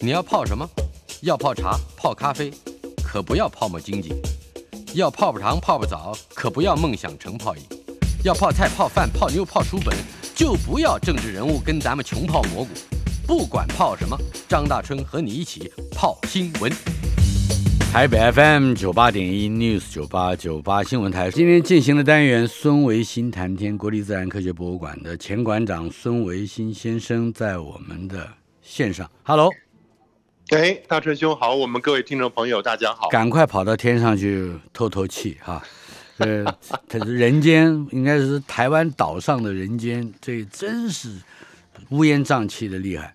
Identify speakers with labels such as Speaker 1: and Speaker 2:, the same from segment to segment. Speaker 1: 你要泡什么？要泡茶、泡咖啡，可不要泡沫经济；要泡泡糖、泡泡澡，可不要梦想成泡影；要泡菜、泡饭、泡妞、泡书本，就不要政治人物跟咱们穷泡蘑菇。不管泡什么，张大春和你一起泡新闻。
Speaker 2: 台北 FM 九八点一 News 九八九八新闻台今天进行的单元，孙维新谈天，国立自然科学博物馆的前馆长孙维新先生在我们的线上。Hello，
Speaker 3: 哎，大春兄好，我们各位听众朋友大家好。
Speaker 2: 赶快跑到天上去透透气哈。 呃，他是人间，应该是台湾岛上的人间，这真是乌烟瘴气的厉害，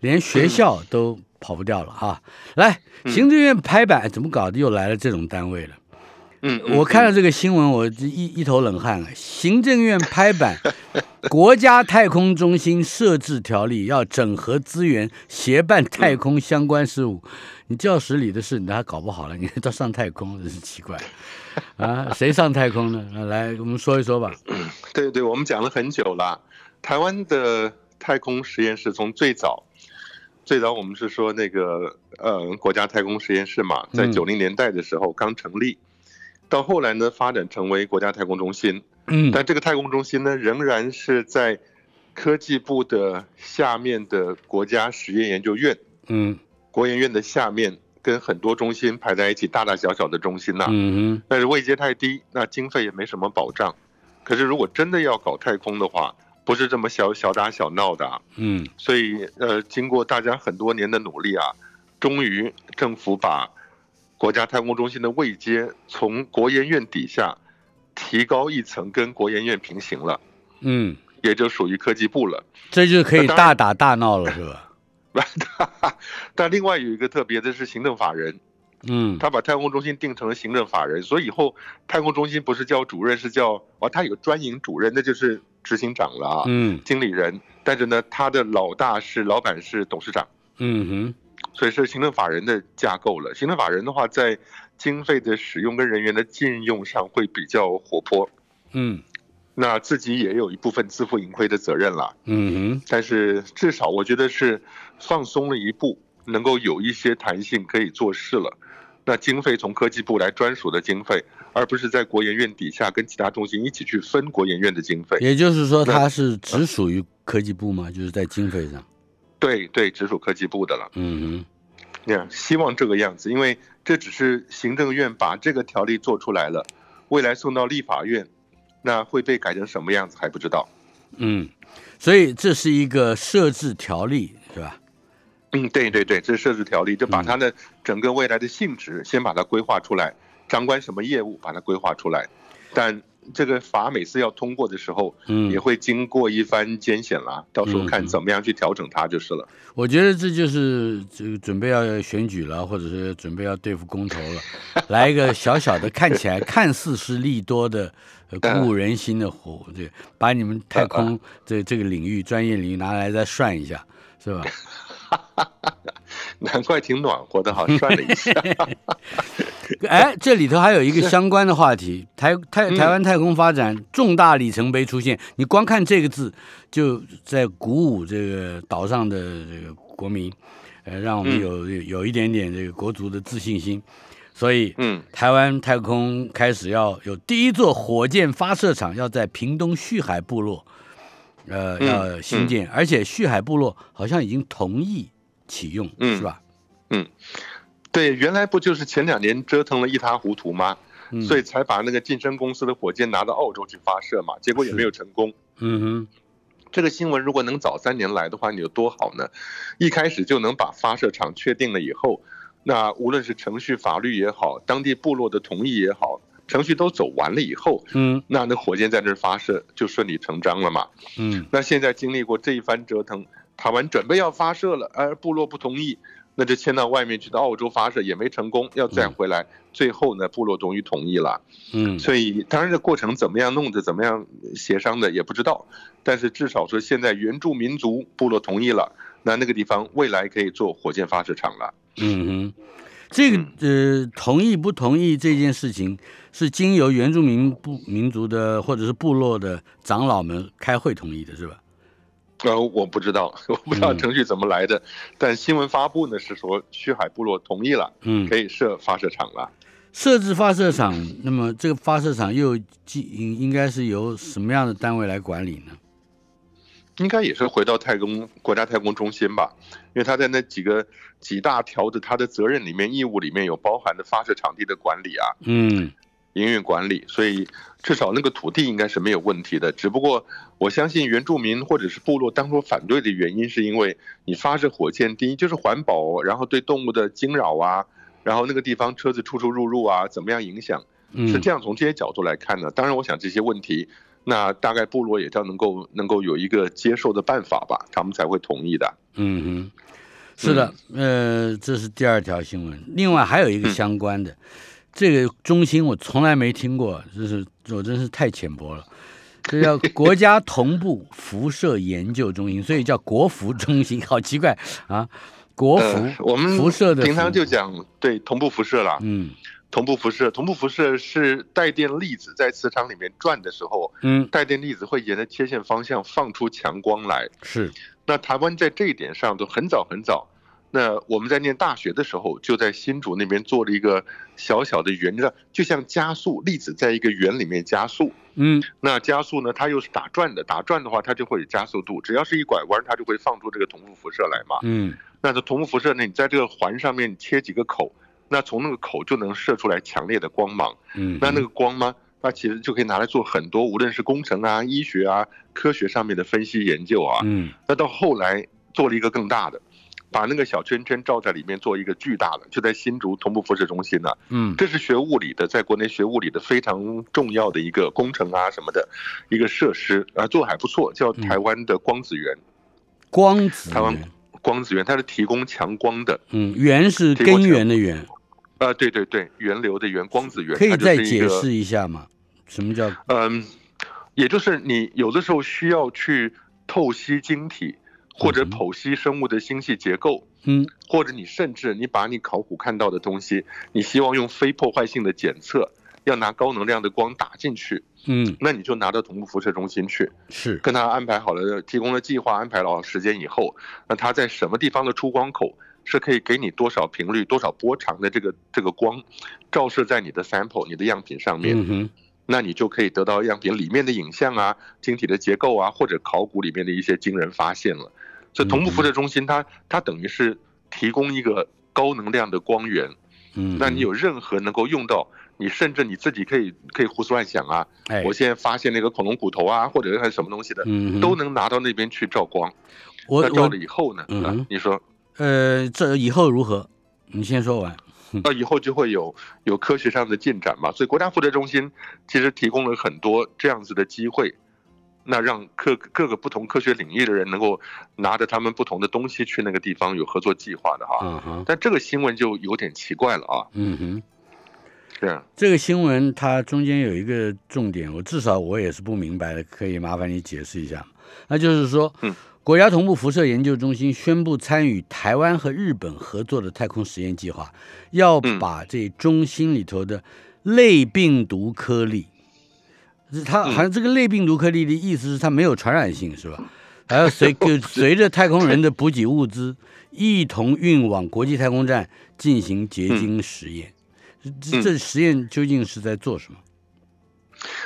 Speaker 2: 连学校都跑不掉了哈。来，行政院拍板怎么搞的？又来了这种单位了。
Speaker 3: 嗯，
Speaker 2: 我看到这个新闻，我这一一头冷汗啊！行政院拍 板，《国家太空中心设置条例》要整合资源，协办太空相关事务。你教室里的事你还搞不好了，你还到上太空，真是奇怪 啊！谁上太空呢？啊来，我们说一说吧。
Speaker 3: 对对，我们讲了很久了。台湾的太空实验室从最早，最早我们是说那个呃国家太空实验室嘛，在
Speaker 2: 嗯
Speaker 3: 九零年代的时候刚成立，到后来呢发展成为国家太空中心。
Speaker 2: 嗯
Speaker 3: 但这个太空中心呢，仍然是在科技部的下面的国家实验研究院，
Speaker 2: 嗯
Speaker 3: 国研院的下面，跟很多中心排在一起，大大小小的中心呐、
Speaker 2: 嗯
Speaker 3: 但是位阶太低，那经费也没什么保障。可是如果真的要搞太空的话，不是这么小小打小闹的、啊。
Speaker 2: 哼嗯
Speaker 3: 所以，呃，经过大家很多年的努力啊，终于政府把国家太空中心的位阶从国研院底下提高一层，跟国研院平行了，
Speaker 2: 嗯，
Speaker 3: 也就属于科技部了。
Speaker 2: 这就可以
Speaker 3: 那当然
Speaker 2: 大打大闹了，是吧？
Speaker 3: 但另外有一个特别的是行政法人，
Speaker 2: 嗯
Speaker 3: 他把太空中心定成了行政法人，所以以后太空中心不是叫主任，是叫啊，他有个专营主任，那就是执行长了啊，
Speaker 2: 嗯
Speaker 3: 经理人。但是呢，他的老大是老板是董事长，
Speaker 2: 嗯哼
Speaker 3: 所以是行政法人的架构了。行政法人的话，在经费的使用跟人员的禁用上会比较活泼，
Speaker 2: 嗯
Speaker 3: 那自己也有一部分自负盈亏的责任啦。
Speaker 2: 嗯哼
Speaker 3: 但是至少我觉得是放松了一步，能够有一些弹性可以做事了。那经费从科技部来专属的经费，而不是在国研院底下跟其他中心一起去分国研院的经费。
Speaker 2: 也就是说，
Speaker 3: 那
Speaker 2: 它是只属于科技部吗？就是在经费上。
Speaker 3: 对对，直属科技部的了。
Speaker 2: 嗯
Speaker 3: 那样希望这个样子，因为这只是行政院把这个条例做出来了，未来送到立法院，那会被改成什么样子还不知道。
Speaker 2: 哼，嗯，所以这是一个设置条例，是吧？
Speaker 3: 嗯，对对对，这是设置条例，就
Speaker 2: 嗯
Speaker 3: 把它的整个未来的性质先把它规划出来，掌管什么业务把它规划出来。但这个法每次要通过的时候，
Speaker 2: 嗯
Speaker 3: 也，会经过一番艰险啦，到时候看怎么样去调整它就是了。
Speaker 2: 我觉得这就是这个准备要选举了，或者是准备要对付公投了，来一个小小的，看起来看似是利多的，呃鼓舞人心的活，这个把你们太空这这个领域专业领域拿来再涮一下，是吧？
Speaker 3: 难怪挺暖和的哈，涮了 一下。
Speaker 2: 哎，这里头还有一个相关的话题，台
Speaker 3: 嗯
Speaker 2: 太台湾太空发展重大里程碑出现。你光看这个字，就在鼓舞这个岛上的这个国民，呃，让我们
Speaker 3: 嗯
Speaker 2: 有有一点点这个国足的自信心。所以，
Speaker 3: 嗯，
Speaker 2: 台湾太空开始要有第一座火箭发射场，要在屏东旭海部落，呃，
Speaker 3: 嗯
Speaker 2: 要新建，而且旭海部落好像已经同意启用，
Speaker 3: 嗯
Speaker 2: 是吧？
Speaker 3: 对，原来不就是前两年折腾了一塌糊涂吗？
Speaker 2: 嗯，
Speaker 3: 所以才把那个晋升公司的火箭拿到澳洲去发射嘛，结果也没有成功。
Speaker 2: 嗯哼，
Speaker 3: 这个新闻如果能早三年来的话，你有多好呢？一开始就能把发射场确定了以后，那无论是程序、法律也好，当地部落的同意也好，程序都走完了以后，
Speaker 2: 嗯
Speaker 3: 那那火箭在那儿发射就顺理成章了嘛。
Speaker 2: 嗯
Speaker 3: 那现在经历过这一番折腾，台湾准备要发射了，而部落不同意，那就迁到外面去到澳洲发射也没成功，要再回来，最后呢，部落终于同意了。
Speaker 2: 嗯，
Speaker 3: 所以当然这过程怎么样弄的，怎么样协商的也不知道，但是至少说现在原住民族部落同意了，那那个地方未来可以做火箭发射场了。
Speaker 2: 嗯哼，这个呃，同意不同意这件事情，是经由原住民部民族的或者是部落的长老们开会同意的，是吧？
Speaker 3: 呃，我不知道， 我不知道程序怎么来的，但新闻发布呢是说旭海部落同意了，
Speaker 2: 嗯，
Speaker 3: 可以设发射场了。
Speaker 2: 设置发射场，那么这个发射场又既应应该是由什么样的单位来管理呢？
Speaker 3: 应该也是回到太空国家太空中心吧，因为他在那几个几大条的他的责任里面、义务里面有包含的发射场地的管理啊、
Speaker 2: 嗯
Speaker 3: 营运管理，所以至少那个土地应该是没有问题的。只不过我相信原住民或者是部落当初反对的原因，是因为你发射火箭，第一就是环保，然后对动物的惊扰啊，然后那个地方车子出出入入啊，怎么样影响？
Speaker 2: 嗯，
Speaker 3: 是这样，从这些角度来看呢，当然，我想这些问题，那大概部落也要能够能够有一个接受的办法吧，他们才会同意的。
Speaker 2: 嗯哼，是的，
Speaker 3: 嗯
Speaker 2: 呃，这是第二条新闻。另外还有一个相关的，这个中心我从来没听过，就是我真是太浅薄了。这叫国家同步辐射研究中心，所以叫国服中心，好奇怪啊！国服、
Speaker 3: 呃，我们
Speaker 2: 辐射的
Speaker 3: 平常
Speaker 2: 服
Speaker 3: 就讲对同步辐射啦，
Speaker 2: 嗯
Speaker 3: 同步辐射，同步辐射是带电粒子在磁场里面转的时候，
Speaker 2: 嗯
Speaker 3: 带电粒子会沿着切线方向放出强光来。
Speaker 2: 是
Speaker 3: 那台湾在这一点上都很早很早。那我们在念大学的时候，就在新竹那边做了一个小小的圆，就像加速粒子在一个圆里面加速。
Speaker 2: 嗯
Speaker 3: 那加速呢，它又是打转的，打转的话它就会有加速度，只要是一拐弯，它就会放出这个同步辐射来嘛。
Speaker 2: 嗯
Speaker 3: 那这同步辐射呢，你在这个环上面切几个口，那从那个口就能射出来强烈的光芒。
Speaker 2: 嗯，
Speaker 3: 那那个光吗？它其实就可以拿来做很多，无论是工程啊、医学啊、科学上面的分析研究啊。
Speaker 2: 嗯
Speaker 3: 那到后来做了一个更大的，把那个小圈圈罩在里面做一个巨大的，就在新竹同步辐射中心呢、
Speaker 2: 嗯
Speaker 3: 这是学物理的，在国内学物理的非常重要的一个工程啊什么的，一个设施啊，做的还不错，叫
Speaker 2: 嗯
Speaker 3: 台湾的光子源。
Speaker 2: 光子
Speaker 3: 台湾
Speaker 2: 源
Speaker 3: 光子源它是提供强光的，
Speaker 2: 嗯源是
Speaker 3: 提供
Speaker 2: 根
Speaker 3: 起来
Speaker 2: 源的源，
Speaker 3: 啊，对对对，源流的源，光子源。
Speaker 2: 可以
Speaker 3: 它就
Speaker 2: 再
Speaker 3: 是一
Speaker 2: 解
Speaker 3: 个
Speaker 2: 释一下吗？什么叫
Speaker 3: 嗯，也就是你有的时候需要去透析晶体，或者
Speaker 2: 嗯哼
Speaker 3: 剖析生物的星系结构，
Speaker 2: 嗯
Speaker 3: 或者你甚至你把你考古看到的东西，你希望用非破坏性的检测，要拿高能量的光打进去，
Speaker 2: 嗯
Speaker 3: 那你就拿到同步辐射中心去，
Speaker 2: 是
Speaker 3: 跟他安排好了，提供了计划，安排好时间以后，那他在什么地方的出光口是可以给你多少频率、多少波长的这个这个光，照射在你的 sample、你的样品上面。
Speaker 2: 嗯哼。
Speaker 3: 那你就可以得到样品里面的影像啊、晶体的结构啊，或者考古里面的一些惊人发现了。所以同步辐
Speaker 2: 嗯
Speaker 3: 射中心它它等于是提供一个高能量的光源，
Speaker 2: 嗯，
Speaker 3: 那你有任何能够用到，你甚至你自己可以可以胡思乱想啊，
Speaker 2: 哎，
Speaker 3: 我现在发现那个恐龙骨头啊，或者是什么东西的，
Speaker 2: 嗯哼
Speaker 3: 都能拿到那边去照光。
Speaker 2: 我
Speaker 3: 那照
Speaker 2: 我
Speaker 3: 了以后呢？
Speaker 2: 嗯
Speaker 3: 啊，你说
Speaker 2: 呃，这以后如何？你先说完。
Speaker 3: 那以后就会有有科学上的进展嘛。所以国家辐射中心其实提供了很多这样子的机会，那让各各个不同科学领域的人能够拿着他们不同的东西去那个地方有合作计划的哈。
Speaker 2: 嗯哼，
Speaker 3: 但这个新闻就有点奇怪了啊，
Speaker 2: 嗯哼，
Speaker 3: 是
Speaker 2: 这个新闻它中间有一个重点，我至少我也是不明白的，可以麻烦你解释一下吗。那就是说，
Speaker 3: 嗯
Speaker 2: 国家同步辐射研究中心宣布参与台湾和日本合作的太空实验计划，要
Speaker 3: 嗯
Speaker 2: 把这中心里头的类病毒颗粒，是它
Speaker 3: 嗯
Speaker 2: 好像这个类病毒颗粒的意思是它没有传染性，是吧？还要 随就随着太空人的补给物资一同运往国际太空站进行结晶实验。这
Speaker 3: 嗯
Speaker 2: 这实验究竟是在做什么？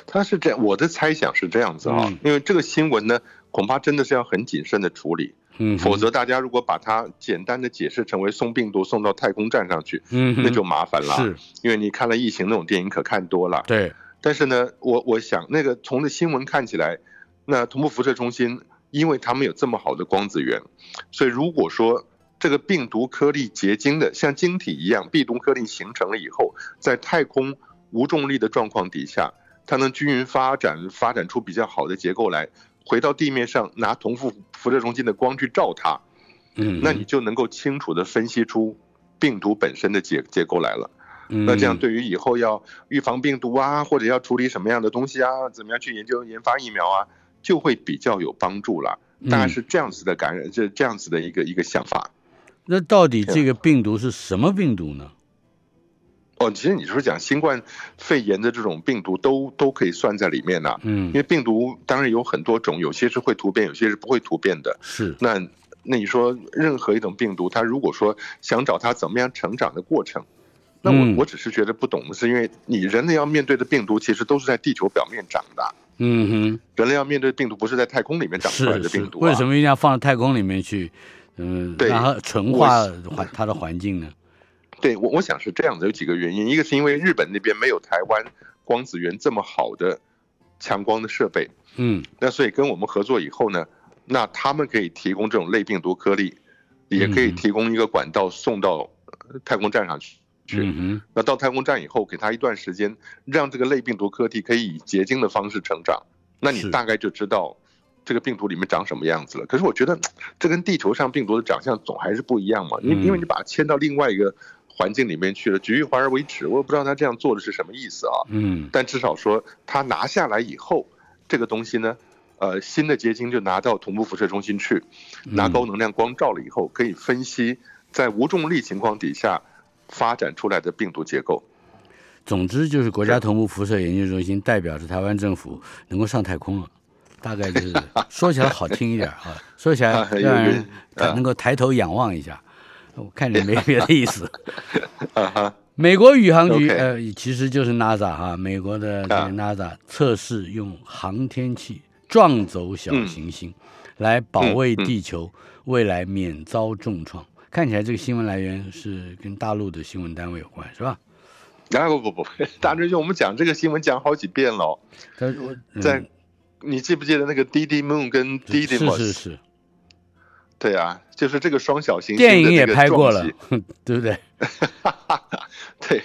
Speaker 3: 他是这样，我的猜想是这样子啊
Speaker 2: 嗯，
Speaker 3: 因为这个新闻呢，恐怕真的是要很谨慎的处理，
Speaker 2: 嗯哼，
Speaker 3: 否则大家如果把它简单的解释成为送病毒送到太空站上去，
Speaker 2: 嗯哼，
Speaker 3: 那就麻烦了。
Speaker 2: 是，
Speaker 3: 因为你看了《异形》那种电影可看多了。
Speaker 2: 对，
Speaker 3: 但是呢，我我想那个从那新闻看起来，那同步辐射中心，因为他们有这么好的光子源，所以如果说这个病毒颗粒结晶的像晶体一样，病毒颗粒形成了以后，在太空无重力的状况底下，它能均匀发展，发展出比较好的结构来。回到地面上，拿同步辐射中心的光去照它，
Speaker 2: 嗯，
Speaker 3: 那你就能够清楚地分析出病毒本身的结结构来了。
Speaker 2: 嗯
Speaker 3: 那这样对于以后要预防病毒啊，或者要处理什么样的东西啊，怎么样去研究研发疫苗啊，就会比较有帮助了。大概
Speaker 2: 嗯
Speaker 3: 是这样子的感染，这这样子的一个一个想法。
Speaker 2: 那到底这个病毒是什么病毒呢？
Speaker 3: 哦，其实你说讲新冠肺炎的这种病毒都都可以算在里面呐、
Speaker 2: 嗯
Speaker 3: 因，为病毒当然有很多种，有些是会突变，有些是不会突变的。
Speaker 2: 是，
Speaker 3: 那那你说任何一种病毒，它如果说想找它怎么样成长的过程，那我、
Speaker 2: 嗯
Speaker 3: 我只是觉得不懂，是因为你人类要面对的病毒其实都是在地球表面长的，
Speaker 2: 嗯
Speaker 3: 人类要面对的病毒不是在太空里面
Speaker 2: 哼，
Speaker 3: 长出来
Speaker 2: 是
Speaker 3: 的
Speaker 2: 是
Speaker 3: 病，毒、啊。
Speaker 2: 为什么一定要放到太空里面去？嗯，
Speaker 3: 对
Speaker 2: 让它纯
Speaker 3: 我
Speaker 2: 化
Speaker 3: 是
Speaker 2: 环它的环境呢？
Speaker 3: 对我，我想是这样子，有几个原因，一个是因为日本那边没有台湾光子源这么好的强光的设备，
Speaker 2: 嗯
Speaker 3: 那所以跟我们合作以后呢，那他们可以提供这种类病毒颗粒，也可以
Speaker 2: 嗯
Speaker 3: 提供一个管道送到呃太空站上去。
Speaker 2: 嗯
Speaker 3: 那到太空站以后，给它一段时间，让这个类病毒颗粒可以以结晶的方式成长，那
Speaker 2: 是
Speaker 3: 你大概就知道这个病毒里面长什么样子了。可是我觉得这跟地球上病毒的长相总还是不一样嘛，因
Speaker 2: 嗯
Speaker 3: 因为你把它迁到另外一个环境里面去了，举一反而为止，我也不知道他这样做的是什么意思啊。
Speaker 2: 哼，嗯
Speaker 3: 但至少说他拿下来以后，这个东西呢，呃，新的结晶就拿到同步辐射中心去，
Speaker 2: 嗯
Speaker 3: 拿高能量光照了以后，可以分析在无重力情况底下发展出来的病毒结构。
Speaker 2: 总之就是国家同步辐射研究中心代表着台湾政府能够上太空 了，大概就是说起来好听一点啊，说起来
Speaker 3: 啊有
Speaker 2: 让人
Speaker 3: 人
Speaker 2: 抬
Speaker 3: 啊
Speaker 2: 能够抬头仰望一下。我看你 没别的意思。
Speaker 3: 啊哈，
Speaker 2: 美国宇航局
Speaker 3: OK
Speaker 2: 呃，其实就是 NASA 哈，美国的这个
Speaker 3: 啊
Speaker 2: NASA 测试用航天器撞走小行星，
Speaker 3: 嗯
Speaker 2: 来保卫地球未来免遭重创。看起来这个新闻来源是跟大陆的新闻单位有关，是吧？
Speaker 3: 啊不不不，大追兄，我们讲这个新闻讲好几遍了，哦
Speaker 2: 但是我、嗯、
Speaker 3: 在、你记不记得那个 d d Moon 跟 d d
Speaker 2: 是
Speaker 3: m o
Speaker 2: 是是，
Speaker 3: 对啊，就是这个双小行星
Speaker 2: 电影
Speaker 3: 的
Speaker 2: 也
Speaker 3: 这个
Speaker 2: 拍过
Speaker 3: 撞
Speaker 2: 了
Speaker 3: 击，
Speaker 2: 对不对？
Speaker 3: 对，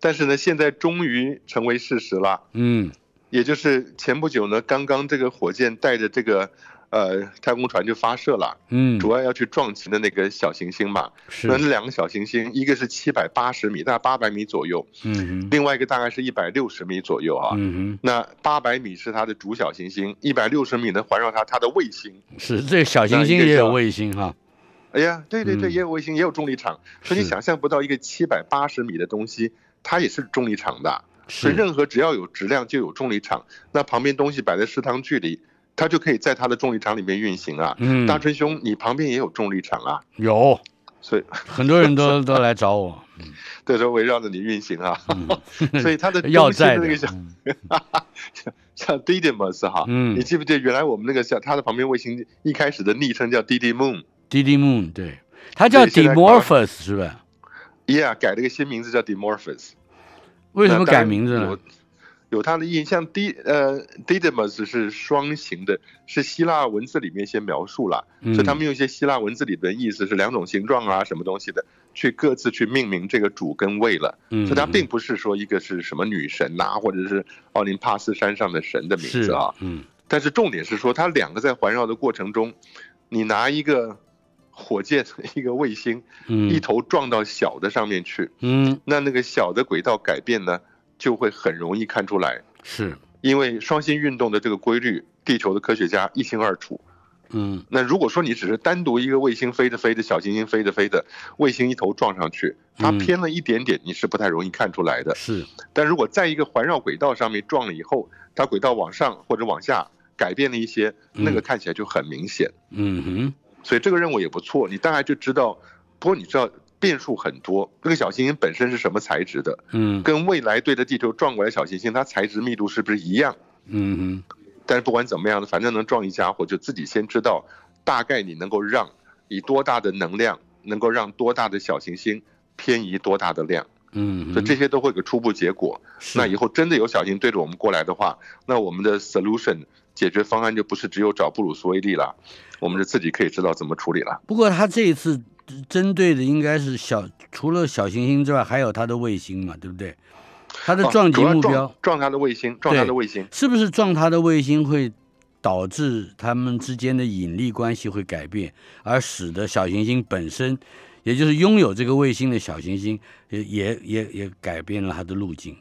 Speaker 3: 但是呢，现在终于成为事实了。
Speaker 2: 嗯
Speaker 3: 也就是前不久呢，刚刚这个火箭带着这个呃太空船就发射了，
Speaker 2: 嗯，
Speaker 3: 主要要去撞击的那个小行星嘛。
Speaker 2: 是
Speaker 3: 那那两个小行星，一个是七百八十米，大概八百米左右，
Speaker 2: 嗯哼
Speaker 3: 另外一个大概是一百六十米左右啊。
Speaker 2: 嗯
Speaker 3: 那八百米是它的主小行星，一百六十米呢环绕它它的卫星。
Speaker 2: 哼，是这个小行星
Speaker 3: 那一个
Speaker 2: 也有
Speaker 3: 叫
Speaker 2: 卫星哈，
Speaker 3: 哎呀，对对
Speaker 2: 嗯
Speaker 3: 对，也有卫星，也有重力场，所以你
Speaker 2: 是
Speaker 3: 想象不到一个七百八十米的东西，它也是重力场的。所以
Speaker 2: 是
Speaker 3: 任何只要有质量就有重力场，那旁边东西摆在适当距离，它就可以在它的重力场里面运行啊。
Speaker 2: 嗯
Speaker 3: 大春兄，你旁边也有重力场啊，
Speaker 2: 有
Speaker 3: 所以
Speaker 2: 很多人都都来找我，嗯
Speaker 3: 对说围绕着你运行 啊，所以它的
Speaker 2: 要
Speaker 3: 中心
Speaker 2: 债
Speaker 3: 的
Speaker 2: 的
Speaker 3: 那个小，
Speaker 2: 嗯
Speaker 3: 像 Didymus 哈，
Speaker 2: 嗯
Speaker 3: 你记不记得原来我们那个小它的旁边卫星一开始的昵称叫 Didi Moon，Yeah，
Speaker 2: ，DD Moon 对，它叫
Speaker 3: 对现在搞
Speaker 2: Demorphos 是吧？
Speaker 3: 改了个新名字叫 Dimorphos，
Speaker 2: 为什么
Speaker 3: 那当然
Speaker 2: 改名字呢
Speaker 3: 有？有它的意义，像 D 呃 Didymus 是双形的，是希腊文字里面先描述了。
Speaker 2: 嗯
Speaker 3: 所以他们用一些希腊文字里的意思是两种形状啊，什么东西的，去各自去命名这个主跟位了。
Speaker 2: 嗯
Speaker 3: 所以它并不是说一个是什么女神呐、或者是奥林帕斯山上的神的名
Speaker 2: 是
Speaker 3: 字啊。
Speaker 2: 嗯
Speaker 3: 但是重点是说，它两个在环绕的过程中，你拿一个火箭、一个卫星，
Speaker 2: 嗯
Speaker 3: 一头撞到小的上面去，
Speaker 2: 嗯
Speaker 3: 那那个小的轨道改变呢，就会很容易看出来，
Speaker 2: 是
Speaker 3: 因为双星运动的这个规律，地球的科学家一清二楚。
Speaker 2: 嗯
Speaker 3: 那如果说你只是单独一个卫星飞着飞着，小行星飞着飞着，卫星一头撞上去，它
Speaker 2: 嗯
Speaker 3: 偏了一点点，你是不太容易看出来的。
Speaker 2: 是
Speaker 3: 但如果在一个环绕轨道上面撞了以后，它轨道往上或者往下改变了一些，
Speaker 2: 嗯
Speaker 3: 那个看起来就很明显。
Speaker 2: 嗯哼
Speaker 3: 所以这个任务也不错，你大概就知道。不过你知道变数很多，这个小行星本身是什么材质的，
Speaker 2: 嗯
Speaker 3: 跟未来对着地球撞过来的小行星它材质密度是不是一样？
Speaker 2: 嗯哼
Speaker 3: 但是不管怎么样呢，反正能撞一家伙，就自己先知道大概你能够让以多大的能量，能够让多大的小行星偏移多大的量，
Speaker 2: 嗯哼，
Speaker 3: 所以这些都会有个初步结果。
Speaker 2: 是
Speaker 3: 那以后真的有小行星对着我们过来的话，那我们的 solution 解决方案就不是只有找布鲁斯威利了，我们就自己可以知道怎么处理了。
Speaker 2: 不过他这一次针对的应该是小，除了小行星之外，还有他的卫星嘛，对不对？他的
Speaker 3: 啊
Speaker 2: 撞击
Speaker 3: 主要
Speaker 2: 目
Speaker 3: 撞
Speaker 2: 标、
Speaker 3: 撞他的卫星，撞他
Speaker 2: 对
Speaker 3: 的卫星。
Speaker 2: 是不是撞他的卫星会导致他们之间的引力关系会改变，而使得小行星本身，也就是拥有这个卫星的小行星，也也也也改变了它的路径。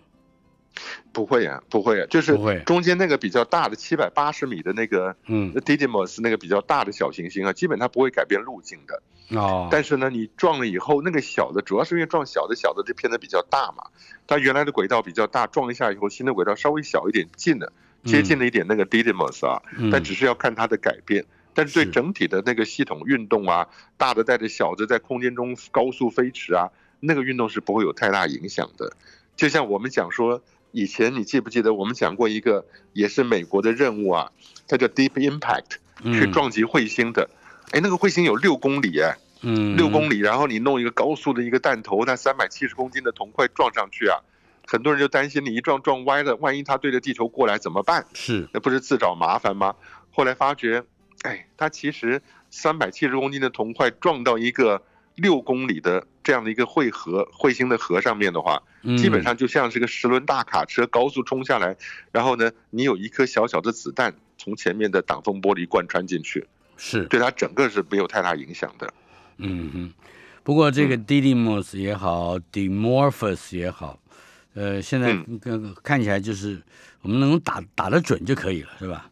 Speaker 3: 不会呀、不会呀、啊就是
Speaker 2: 不会
Speaker 3: 中间那个比较大的七百八十米的那个
Speaker 2: 嗯
Speaker 3: Didymos 那个比较大的小行星啊，基本它不会改变路径的。
Speaker 2: 哦，
Speaker 3: 呃但是呢，你撞了以后，那个小的主要是因为撞小的，小的这片子比较大嘛，它原来的轨道比较大，撞一下以后，新的轨道稍微小一点，近了，接近了一点那个 Didymos 啊，
Speaker 2: 嗯
Speaker 3: 但只是要看它的改变。但是
Speaker 2: 是
Speaker 3: 对整体的那个系统运动啊，大的带着小的在空间中高速飞驰啊，那个运动是不会有太大影响的。就像我们讲说，以前你记不记得我们讲过一个也是美国的任务啊，它叫 Deep Impact，去
Speaker 2: 嗯
Speaker 3: 撞击彗星的。哎，那个彗星有六公里哎，
Speaker 2: 嗯
Speaker 3: 六公里，然后你弄一个高速的一个弹头，那三百七十公斤的铜块撞上去啊，很多人就担心你一撞撞歪了，万一它对着地球过来怎么办？
Speaker 2: 是
Speaker 3: 那不是自找麻烦吗？后来发觉，哎，它其实三百七十公斤的铜块撞到一个六公里的这样的一个汇合彗星的核上面的话，基
Speaker 2: 嗯
Speaker 3: 本上就像是个十轮大卡车高速冲下来，然后呢，你有一颗小小的子弹从前面的挡风玻璃贯穿进去，
Speaker 2: 嗯是
Speaker 3: 对它整个是没有太大影响的。
Speaker 2: 嗯哼，不过这个
Speaker 3: 嗯
Speaker 2: Didymos 也好、d e m o r p h u s 也好，呃，现在
Speaker 3: 嗯
Speaker 2: 跟看起来就是我们能打打得准就可以了，是吧？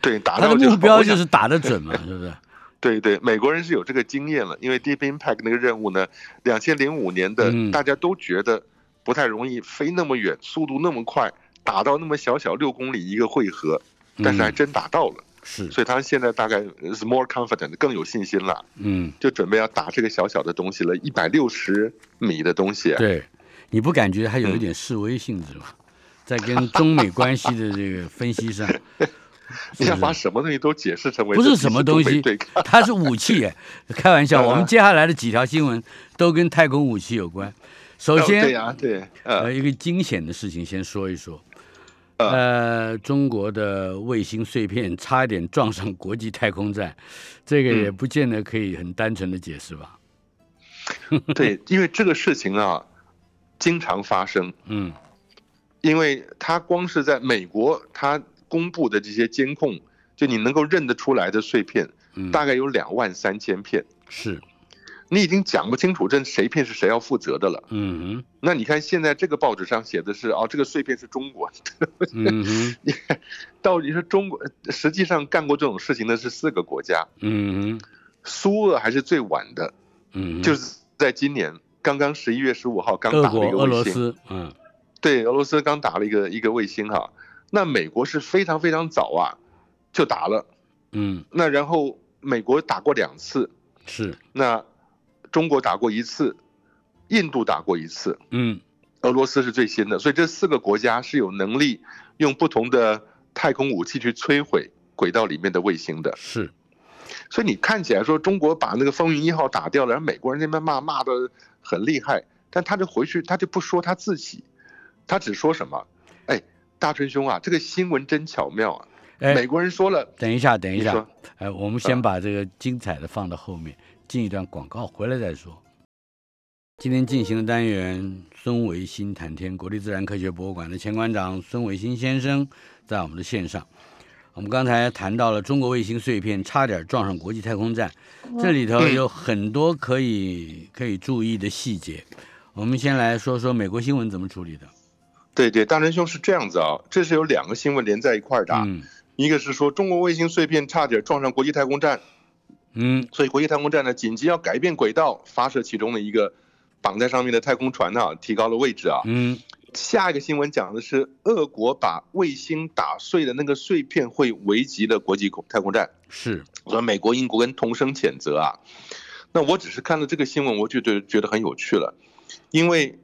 Speaker 3: 对，达
Speaker 2: 他
Speaker 3: 到
Speaker 2: 的
Speaker 3: 就
Speaker 2: 目
Speaker 3: 好
Speaker 2: 标
Speaker 3: 我
Speaker 2: 就
Speaker 3: 想
Speaker 2: 是打得准嘛，是不 是？
Speaker 3: 对对，美国人是有这个经验了，因为 Deep Impact 那个任务呢，两千零五年的
Speaker 2: 嗯，
Speaker 3: 大家都觉得不太容易，飞那么远，速度那么快，打到那么小小六公里一个汇合，但是还
Speaker 2: 嗯
Speaker 3: 真打到了，
Speaker 2: 是，
Speaker 3: 所以他现在大概 is more confident，更有信心了，
Speaker 2: 嗯，
Speaker 3: 就准备要打这个小小的东西了，一百六十米的东西。
Speaker 2: 对，你不感觉还
Speaker 3: 嗯
Speaker 2: 有一点示威性质吗？在跟中美关系的这个分析 上，
Speaker 3: 你
Speaker 2: 是
Speaker 3: 想
Speaker 2: 不
Speaker 3: 把
Speaker 2: 是
Speaker 3: 什么东西都解释成
Speaker 2: 嗯
Speaker 3: 为
Speaker 2: 不
Speaker 3: 这
Speaker 2: 是
Speaker 3: 其
Speaker 2: 什么
Speaker 3: 实
Speaker 2: 东
Speaker 3: 都没
Speaker 2: 西
Speaker 3: 对抗，
Speaker 2: 它是武器 耶。开玩笑，
Speaker 3: 嗯
Speaker 2: 我们接下来的几条新闻都跟太空武器有关。首
Speaker 3: 哦对
Speaker 2: 先，
Speaker 3: 呀、对，呃
Speaker 2: 呃，一个惊险的事情先说一说。
Speaker 3: 呃
Speaker 2: 呃，中国的卫星碎片差一点撞上国际太空站，这
Speaker 3: 嗯
Speaker 2: 个也不见得可以很单纯的解释吧？
Speaker 3: 对，因为这个事情啊，经常发生。
Speaker 2: 嗯
Speaker 3: 因为它光是在美国，它公布的这些监控，就你能够认得出来的碎片，
Speaker 2: 嗯，
Speaker 3: 大概有两万三千片。
Speaker 2: 是，
Speaker 3: 你已经讲不清楚这谁骗是谁要负责的了。
Speaker 2: 嗯
Speaker 3: 那你看现在这个报纸上写的是哦，这个碎片是中国的，
Speaker 2: 哼，嗯哼，
Speaker 3: 到底是中国？实际上干过这种事情的是四个国家，
Speaker 2: 嗯哼，
Speaker 3: 苏俄还是最晚的，
Speaker 2: 嗯哼，
Speaker 3: 就是是在今年刚刚十一月十五号刚
Speaker 2: 俄
Speaker 3: 打
Speaker 2: 国、
Speaker 3: 了一个
Speaker 2: 俄罗
Speaker 3: 卫星，
Speaker 2: 斯，嗯
Speaker 3: 对，俄罗斯刚打了一个一个卫星哈、那美国是非常非常早啊，就打了。
Speaker 2: 嗯，
Speaker 3: 那然后美国打过两次，
Speaker 2: 是，
Speaker 3: 那中国打过一次，印度打过一次，
Speaker 2: 嗯
Speaker 3: 俄罗斯是最新的，所以这四个国家是有能力用不同的太空武器去摧毁轨道里面的卫星的。
Speaker 2: 是，
Speaker 3: 所以你看起来说中国把那个风云一号打掉了，然后美国人那边骂骂的很厉害，但他就回去他就不说他自己，他只说什么？哎，大春兄啊，这个新闻真巧妙啊！
Speaker 2: 哎，
Speaker 3: 美国人说了，
Speaker 2: 等一下，等一
Speaker 3: 你
Speaker 2: 下
Speaker 3: 说，啊
Speaker 2: 哎，我们先把这个精彩的放到后面，进一段广告，回来再说。今天进行的单元，孙维新谈天，国立自然科学博物馆的前馆长孙维新先生在我们的线上。我们刚才谈到了中国卫星碎片差点撞上国际太空站，这里头有很多可以可以注意的细节。我们先来说说美国新闻怎么处理的。
Speaker 3: 对对，大春兄是这样子啊，这是有两个新闻连在一块儿的啊，
Speaker 2: 嗯
Speaker 3: 一个是说中国卫星碎片差点撞上国际太空站，
Speaker 2: 嗯
Speaker 3: 所以国际太空站呢紧急要改变轨道，发射其中的一个绑在上面的太空船呢、提高了位置啊。
Speaker 2: 嗯
Speaker 3: 下一个新闻讲的是俄国把卫星打碎的那个碎片会危及了国际太空站，
Speaker 2: 是
Speaker 3: 所以美国、英国跟同声谴责啊。那我只是看了这个新闻，我就觉得觉得很有趣了，因为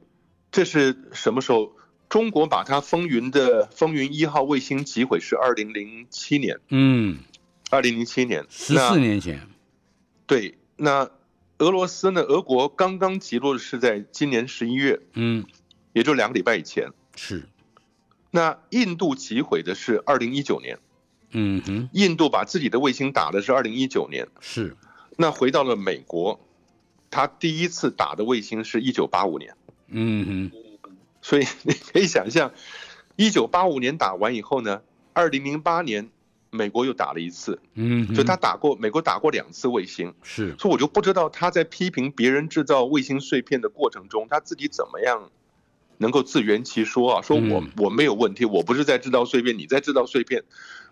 Speaker 3: 这是什么时候？中国把它风云的风云一号卫星击毁是二零零七年。
Speaker 2: 嗯
Speaker 3: 二零零七年，
Speaker 2: 十
Speaker 3: 那
Speaker 2: 四年前
Speaker 3: 对，那俄罗斯呢？俄国刚刚击落的是在今年十一月，
Speaker 2: 嗯
Speaker 3: 也就两个礼拜以前。
Speaker 2: 是
Speaker 3: 那印度击毁的是二零一九年，
Speaker 2: 嗯哼。
Speaker 3: 印度把自己的卫星打的是二零一九年。
Speaker 2: 是，
Speaker 3: 那回到了美国，他第一次打的卫星是一九八五年，
Speaker 2: 嗯
Speaker 3: 所以你可以想象，一九八五年打完以后呢，二零零八年美国又打了一次，
Speaker 2: 哼，嗯哼，
Speaker 3: 就他打过美国打过两次卫星。
Speaker 2: 是，
Speaker 3: 所以我就不知道他在批评别人制造卫星碎片的过程中，他自己怎么样能够自圆其说啊，说我
Speaker 2: 嗯
Speaker 3: 我没有问题，我不是在制造碎片，你在制造碎片。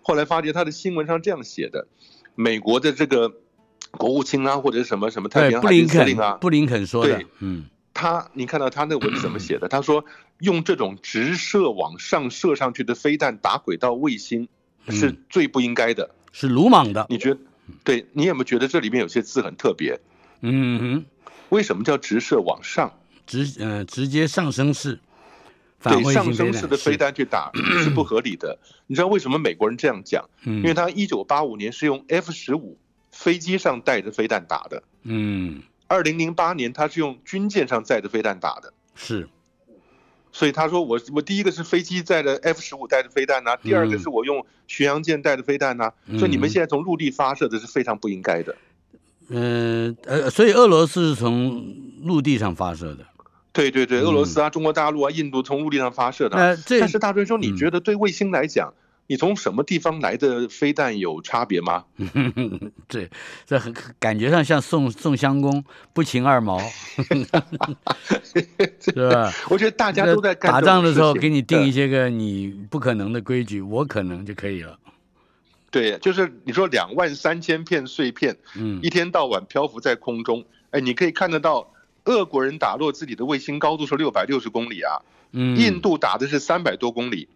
Speaker 3: 后来发觉他的新闻上这样写的，美国的这个国务卿啊，或者什么什么太平
Speaker 2: 对，
Speaker 3: 洋
Speaker 2: 布
Speaker 3: 海军
Speaker 2: 林
Speaker 3: 司令啊
Speaker 2: 肯，，布林肯说的
Speaker 3: 对，
Speaker 2: 嗯，
Speaker 3: 他你看到他那文字怎么写的？他说用这种直射往上射上去的飞弹打轨道卫星是
Speaker 2: 嗯
Speaker 3: 最不应该的。
Speaker 2: 是鲁莽的，
Speaker 3: 你觉得？对你有没有觉得这里面有些字很特别？
Speaker 2: 嗯
Speaker 3: 为什么叫直射往上？
Speaker 2: 哼，直呃直接上升式返
Speaker 3: 对
Speaker 2: 回
Speaker 3: 上
Speaker 2: 型
Speaker 3: 升式的飞
Speaker 2: 是，
Speaker 3: 弹 去打是不合理的。你知道为什么美国人这样讲？
Speaker 2: 因
Speaker 3: 因为他一九八五年是用 F 十五飞机上带着飞弹打的，
Speaker 2: 嗯
Speaker 3: 二零零八年他是用军舰上载着飞弹打的。
Speaker 2: 是
Speaker 3: 所以他说我我第一个是飞机载着 F 十五带着飞弹呐、第二个
Speaker 2: 嗯
Speaker 3: 是我用巡洋舰带着飞弹呐、
Speaker 2: 嗯
Speaker 3: 所以你们现在从陆地发射的是非常不应该的。
Speaker 2: 呃呃，所以俄罗斯是从陆地上发射的，
Speaker 3: 啊对对对，
Speaker 2: 嗯
Speaker 3: 俄罗斯啊、中国大陆啊、印度从陆地上发射的啊。
Speaker 2: 那这
Speaker 3: 但是大专兄，
Speaker 2: 嗯
Speaker 3: 你觉得对卫星来讲，你从什么地方来的飞弹有差别吗？
Speaker 2: 对，这很感觉上像宋宋襄公不擒二 毛， 是吧？
Speaker 3: 我觉得大家都在干
Speaker 2: 打
Speaker 3: 这
Speaker 2: 仗
Speaker 3: 种
Speaker 2: 的
Speaker 3: 事
Speaker 2: 时候
Speaker 3: 情
Speaker 2: 给你定一
Speaker 3: 对
Speaker 2: 些个你不可能的规矩，我可能就可以了。
Speaker 3: 对，就是你说两万三千片碎片
Speaker 2: 嗯
Speaker 3: 一天到晚漂浮在空中，哎，你可以看得到。俄国人打落自己的卫星高度是六百六十公里啊，
Speaker 2: 嗯，
Speaker 3: 印度打的是三百多公里，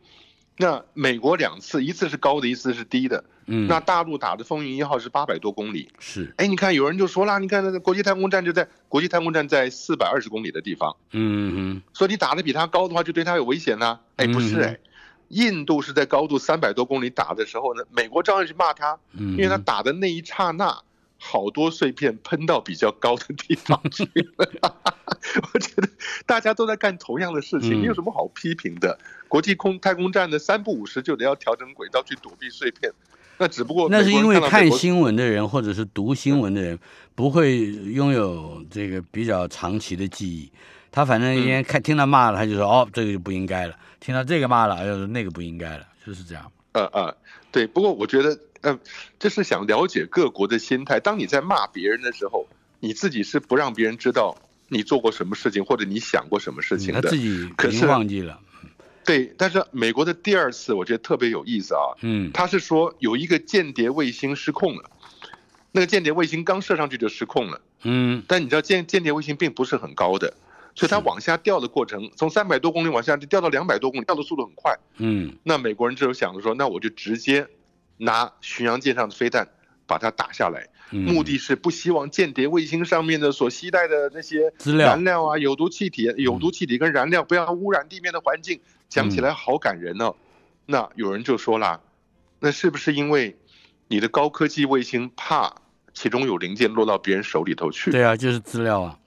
Speaker 3: 那美国两次，一次是高的，一次是低的。
Speaker 2: 嗯
Speaker 3: 那大陆打的风云一号是八百多公里。
Speaker 2: 是
Speaker 3: 哎，你看有人就说啦，你看那个国际太空站就在国际太空站在四百二十公里的地方，
Speaker 2: 嗯嗯
Speaker 3: 所以你打的比它高的话，就对它有危险呐、哎，不是
Speaker 2: 嗯
Speaker 3: 哎，印度是在高度三百多公里打的时候呢，美国照样去骂它，
Speaker 2: 嗯，
Speaker 3: 因为它打的那一刹那，好多碎片喷到比较高的地方去了。 我觉得大家都在干同样的事情，
Speaker 2: 嗯
Speaker 3: 你有什么好批评的？国际空太空站的三不五时就得要调整轨道去躲避碎片，那只不过
Speaker 2: 那是
Speaker 3: 美国
Speaker 2: 因
Speaker 3: 人
Speaker 2: 为
Speaker 3: 到美
Speaker 2: 看
Speaker 3: 国
Speaker 2: 新闻的人或者是读新闻的人不会拥有这个比较长期的记忆，他反正一
Speaker 3: 嗯
Speaker 2: 天看听到骂了，他就说哦这个就不应该了；听到这个骂了，哎呦那个不应该了，就是这样。嗯
Speaker 3: 呃呃，对，不过我觉得，嗯、这是想了解各国的心态。当你在骂别人的时候，你自己是不让别人知道你做过什么事情，或者你想过什么事情
Speaker 2: 嗯他
Speaker 3: 的。
Speaker 2: 自己
Speaker 3: 可
Speaker 2: 已经
Speaker 3: 是
Speaker 2: 忘记了。
Speaker 3: 对，但是美国的第二次，我觉得特别有意思啊。
Speaker 2: 嗯
Speaker 3: 他是说有一个间谍卫星失控了，那个间谍卫星刚射上去就失控了。
Speaker 2: 嗯
Speaker 3: 但你知道间间谍卫星并不是很高的，所以它
Speaker 2: 是
Speaker 3: 往下掉的过程，从三百多公里往下掉到两百多公里，掉的速度很快。
Speaker 2: 嗯
Speaker 3: 那美国人这时候想着说，那我就直接拿巡洋舰上的飞弹把它打下来，
Speaker 2: 嗯，
Speaker 3: 目的是不希望间谍卫星上面的所携带的那些
Speaker 2: 资料嗯
Speaker 3: 燃料啊、有毒气体、有毒气体跟燃料不要污染地面的环境。讲
Speaker 2: 嗯
Speaker 3: 起来好感人哦。那有人就说啦，那是不是因为你的高科技卫星怕其中有零件落到别人手里头去？
Speaker 2: 对啊，就是资料啊。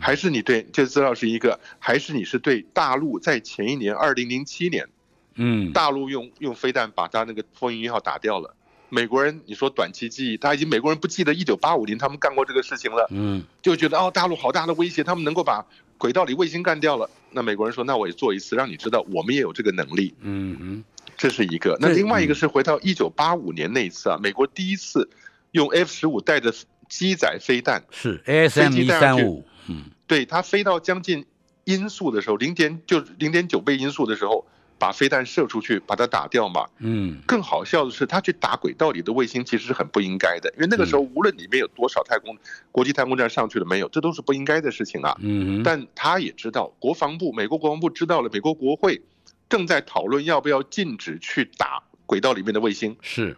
Speaker 3: 还是你对这资料是一个？还是你是对大陆在前一年，二零零七年？
Speaker 2: 嗯，
Speaker 3: 大陆用用飞弹把他那个风云一号打掉了。美国人，你说短期记忆，他已经美国人不记得一九八五年他们干过这个事情了，
Speaker 2: 嗯
Speaker 3: 就觉得哦，大陆好大的威胁，他们能够把轨道里卫星干掉了。那美国人说，那我也做一次，让你知道我们也有这个能力，
Speaker 2: 嗯嗯
Speaker 3: 这是一个。那
Speaker 2: 对
Speaker 3: 另外一个是回到一九八五年那一次啊，美国第一次用 F 十五带着机载飞弹，
Speaker 2: 是 ASM
Speaker 3: 飞
Speaker 2: 一
Speaker 3: 机带上
Speaker 2: 三
Speaker 3: 去
Speaker 2: 五，嗯
Speaker 3: 对它飞到将近音速的时候，零点就零点九倍音速的时候，把飞弹射出去，把它打掉嘛。
Speaker 2: 嗯
Speaker 3: 更好笑的是，他去打轨道里的卫星其实是很不应该的，因为那个时候无论里面有多少太空国际太空站上去了没有，这都是不应该的事情啊。
Speaker 2: 嗯哼，
Speaker 3: 但他也知道，国防部美国国防部知道了，美国国会正在讨论要不要禁止去打轨道里面的卫星。
Speaker 2: 是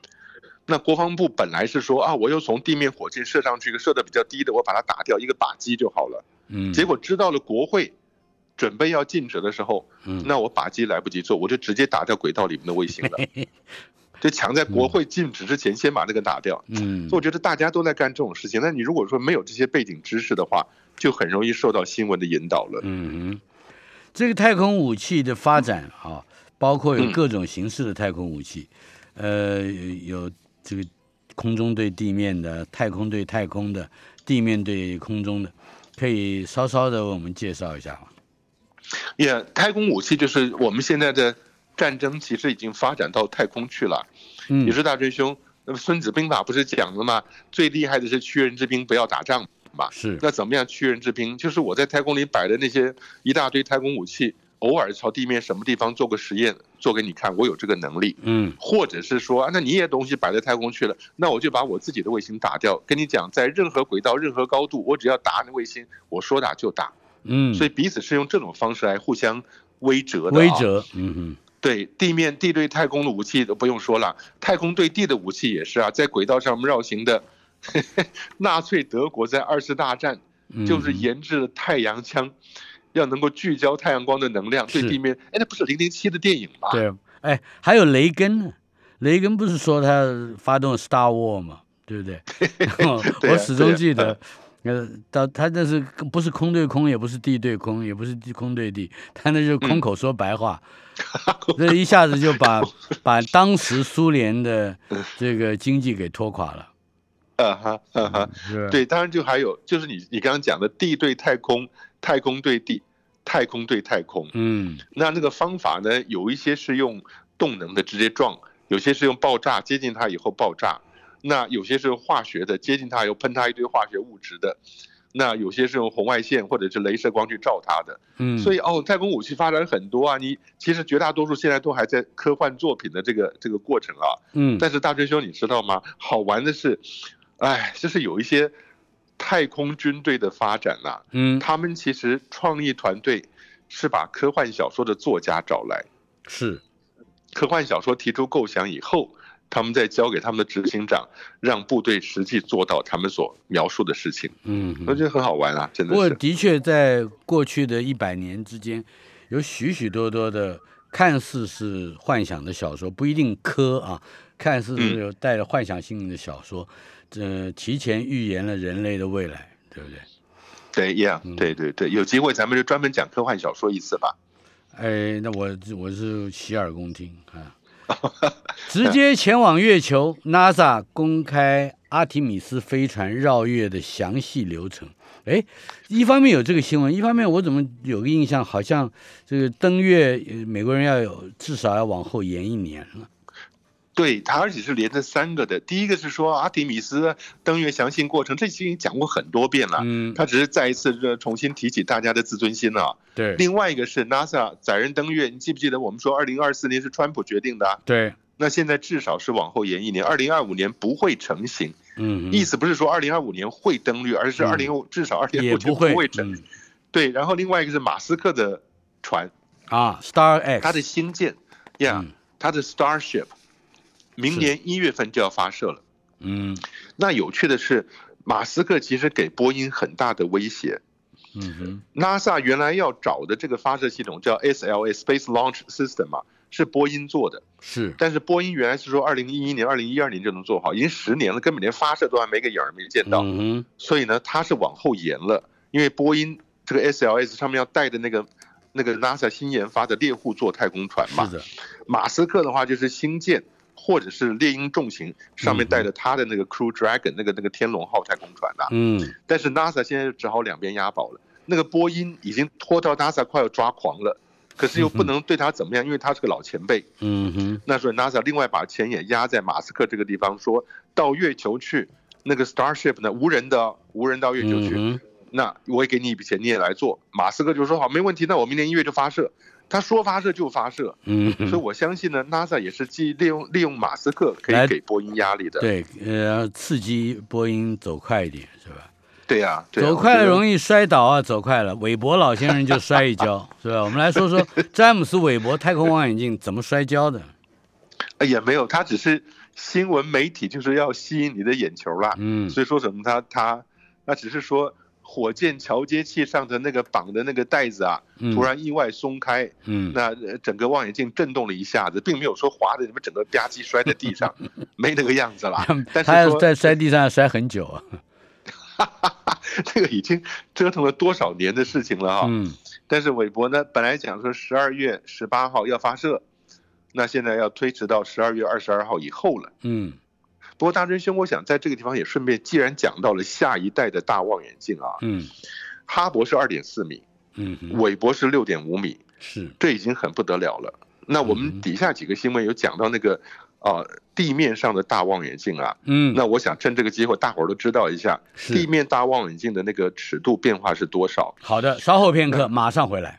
Speaker 3: 那国防部本来是说啊，我又从地面火箭射上去，一个射的比较低的，我把它打掉一个靶机就好了。
Speaker 2: 嗯，
Speaker 3: 结果知道了国会准备要禁止的时候，
Speaker 2: 嗯
Speaker 3: 那我靶机来不及做，我就直接打掉轨道里面的卫星 了，就抢在国会禁止之前先把那个打掉。
Speaker 2: 嗯
Speaker 3: 所以我觉得大家都在干这种事情，那你如果说没有这些背景知识的话，就很容易受到新闻的引导了。
Speaker 2: 嗯哼，这个太空武器的发展啊，包括有
Speaker 3: 嗯
Speaker 2: 各种形式的太空武器，呃，有这个空中对地面的，太空对太空的，地面对空中的，可以稍稍的为我们介绍一下吗？
Speaker 3: 也、太空武器就是我们现在的战争，其实已经发展到太空去了。
Speaker 2: 嗯
Speaker 3: 你说大真兄，那么《孙子兵法》不是讲了吗？最厉害的是屈人之兵，不要打仗嘛。
Speaker 2: 是，
Speaker 3: 那怎么样屈人之兵？就是我在太空里摆的那些一大堆太空武器，偶尔朝地面什么地方做个实验，做给你看，我有这个能力。
Speaker 2: 嗯
Speaker 3: 或者是说，啊，那你也东西摆在太空去了，那我就把我自己的卫星打掉。跟你讲，在任何轨道、任何高度，我只要打你卫星，我说打就打。
Speaker 2: 嗯，
Speaker 3: 所以彼此是用这种方式来互相威折的、啊。
Speaker 2: 规则，嗯哼。
Speaker 3: 对地面地对太空的武器都不用说了，太空对地的武器也是啊，在轨道上绕行的。 纳粹德国在二次大战
Speaker 2: 嗯
Speaker 3: 就是研制了太阳枪，要能够聚焦太阳光的能量对
Speaker 2: 是
Speaker 3: 地面。哎，那不是零零七的电影吗？
Speaker 2: 对，哎，还有雷根呢，雷根不是说他发动了 Star War 嘛，对不对？ 哦
Speaker 3: 对
Speaker 2: 我
Speaker 3: 啊
Speaker 2: 始
Speaker 3: 对
Speaker 2: 终
Speaker 3: 啊
Speaker 2: 记得，呃，到他那是不是空对空，也不是地对空，也不是地空对地，他那就是
Speaker 3: 嗯
Speaker 2: 空口说白 话，这一下子就把把当时苏联的这个经济给拖垮了，
Speaker 3: 啊哈啊
Speaker 2: 嗯
Speaker 3: 哈。
Speaker 2: 是吧，
Speaker 3: 对，当然就还有就是你你刚刚讲的地对太空，太空对地，太空对太空。
Speaker 2: 嗯
Speaker 3: 那那个方法呢，有一些是用动能的直接撞，有些是用爆炸接近它以后爆炸，那有些是用化学的接近它以后喷它一堆化学物质的，那有些是用红外线或者是镭射光去照它的。
Speaker 2: 嗯，
Speaker 3: 所
Speaker 2: 以
Speaker 3: 以哦，太空武器发展很多啊，你其实绝大多数现在都还在科幻作品的这个这个过程啊。
Speaker 2: 嗯
Speaker 3: 但是大追兄，你知道吗？好玩的是，哎，就是有一些太空军队的发展呐、
Speaker 2: 嗯
Speaker 3: 他们其实创意团队是把科幻小说的作家找来，
Speaker 2: 是，
Speaker 3: 科幻小说提出构想以后，他们再交给他们的执行长，让部队实际做到他们所描述的事情，
Speaker 2: 嗯哼
Speaker 3: 我觉得很好玩啊，真
Speaker 2: 不
Speaker 3: 的
Speaker 2: 过
Speaker 3: 是。
Speaker 2: 的确，在过去的一百年之间，有许许多多的看似是幻想的小说，不一定科啊，看似是
Speaker 3: 嗯
Speaker 2: 有带着幻想性质的小说，呃，提前预言了人类的未来，对不对？
Speaker 3: 对呀，
Speaker 2: 嗯
Speaker 3: 对对对，有机会咱们就专门讲科幻小说一次吧。
Speaker 2: 哎，那我我是洗耳恭听 啊，直接前往月球，NASA 公开阿提米斯飞船绕月的详细流程。哎，一方面有这个新闻，一方面我怎么有个印象，好像这个登月，呃美国人要有至少要往后延一年了。
Speaker 3: 对它，而且是连着三个的。第一个是说阿提米斯登月详细过程，这已经讲过很多遍了。
Speaker 2: 嗯，
Speaker 3: 他只是再一次呃重新提起大家的自尊心啊。
Speaker 2: 对
Speaker 3: 另外一个是 NASA 载人登月，你记不记得我们说二零二四年是川普决定的啊、
Speaker 2: 对，
Speaker 3: 那现在至少是往后延一年，二零二五年不会成型。
Speaker 2: 嗯，
Speaker 3: 意思不是说二零二五年会登月，而是二
Speaker 2: 嗯
Speaker 3: 零至少二零
Speaker 2: 也
Speaker 3: 五年
Speaker 2: 会
Speaker 3: 会成。
Speaker 2: 嗯、
Speaker 3: 对，然后另外一个是马斯克的船，
Speaker 2: 啊，Star
Speaker 3: 他
Speaker 2: X，
Speaker 3: 的星舰呀
Speaker 2: 嗯，
Speaker 3: 他的 Starship，明年一月份就要发射了。
Speaker 2: 嗯
Speaker 3: 那有趣的是，马斯克其实给波音很大的威胁。
Speaker 2: 嗯哼，
Speaker 3: NASA 原来要找的这个发射系统叫 SLA Space Launch System 啊，是波音做的，
Speaker 2: 是，
Speaker 3: 但是波音原来是说二零一一年、二零一二年就能做好，已经十年了，根本连发射都还没个影儿没见到，
Speaker 2: 嗯哼，
Speaker 3: 所以呢，它是往后延了，因为波音这个 SLS 上面要带的那个那个 NASA 新研发的猎户座太空船嘛
Speaker 2: 是，的，
Speaker 3: 马斯克的话就是星舰。或者是猎鹰重型上
Speaker 2: 嗯
Speaker 3: 面带着他的那个 Crew Dragon 那个那个天龙号太空船啊呐、
Speaker 2: 嗯
Speaker 3: 但是 NASA 现在就只好两边押宝了。那个波音已经拖到 NASA 快要抓狂了，可是又不能对他怎么样，因为他是个老前辈。
Speaker 2: 嗯哼，
Speaker 3: 那所以 NASA 另外把钱也压在马斯克这个地方，说到月球去，那个 Starship 呢无人的哦无人到月球
Speaker 2: 嗯
Speaker 3: 去，
Speaker 2: 哼，
Speaker 3: 那我也给你一笔钱，你也来做。马斯克就说好，没问题，那我明年一月就发射。他说发射就发射，
Speaker 2: 嗯哼
Speaker 3: 所以。我相信呢，NASA 也是既利用利用马斯克可
Speaker 2: 来
Speaker 3: 以给波音压力的。
Speaker 2: 对，呃，刺激波音走快一点，是吧？
Speaker 3: 对呀，对啊
Speaker 2: 走快了
Speaker 3: 易。
Speaker 2: 容易摔倒啊，走快了，韦伯老先生就摔一 跤，是吧？我们来说说詹姆斯·韦伯太空望远镜怎么摔跤的。
Speaker 3: 哎也没有，他只是新闻媒体就是要吸引你的眼球啦。
Speaker 2: 嗯
Speaker 3: 所以说什么他他那只是说火箭桥接器上的那个绑的那个带子啊，
Speaker 2: 嗯
Speaker 3: 突然意外松开，
Speaker 2: 嗯
Speaker 3: 那呃整个望远镜震动了一下子，并没有说滑的你们整个吧唧摔在 地上，没那个样子啦。但
Speaker 2: 他
Speaker 3: 是
Speaker 2: 嗯要
Speaker 3: 说
Speaker 2: 在摔地上要摔很久啊。
Speaker 3: 这个已经折腾了多少年的事情了啊！
Speaker 2: 嗯
Speaker 3: 但是韦伯呢，本来讲说十二月十八号要发射，那现在要推迟到十二月二十二号以后了。
Speaker 2: 嗯
Speaker 3: 不过大真兄，我想在这个地方也顺便，既然讲到了下一代的大望远镜啊，
Speaker 2: 嗯
Speaker 3: 哈勃是二点四米，
Speaker 2: 嗯哼，
Speaker 3: 韦伯是六点五米，
Speaker 2: 是
Speaker 3: 这已经很不得了了。那我
Speaker 2: 嗯
Speaker 3: 们底下几个新闻有讲到那个啊、呃地面上的大望远镜啊，
Speaker 2: 嗯
Speaker 3: 那我想趁这个机会，大伙儿都知道一下地
Speaker 2: 是
Speaker 3: 面大望远镜的那个尺度变化是多少。
Speaker 2: 好的，稍后片刻马上回来。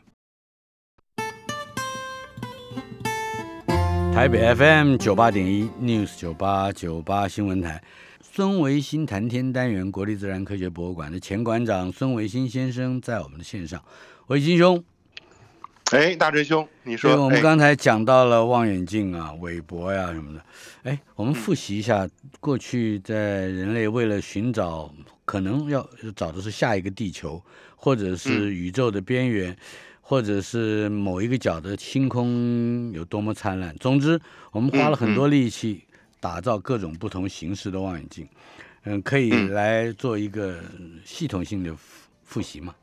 Speaker 2: 台北 FM 九八点一 News 九八九八新闻台，孙维新谈天单元国立自然科学博物馆的前馆长孙维新先生在我们的线上，维新兄，
Speaker 3: 哎，大锤兄，你
Speaker 2: 因为
Speaker 3: 说，
Speaker 2: 我们
Speaker 3: 哎
Speaker 2: 刚才讲到了望远镜啊、韦伯呀、什么的，哎，我
Speaker 3: 嗯
Speaker 2: 们复习一下过去在人类为了寻找可能要找的是下一个地球，或者
Speaker 3: 嗯
Speaker 2: 是宇宙的边缘，或者是某一个角的星空有多么灿烂。总之，我们
Speaker 3: 嗯
Speaker 2: 花了很多力气打造各种不同形式的望远镜，嗯，可以
Speaker 3: 嗯
Speaker 2: 来做一个系统性的复复习嘛？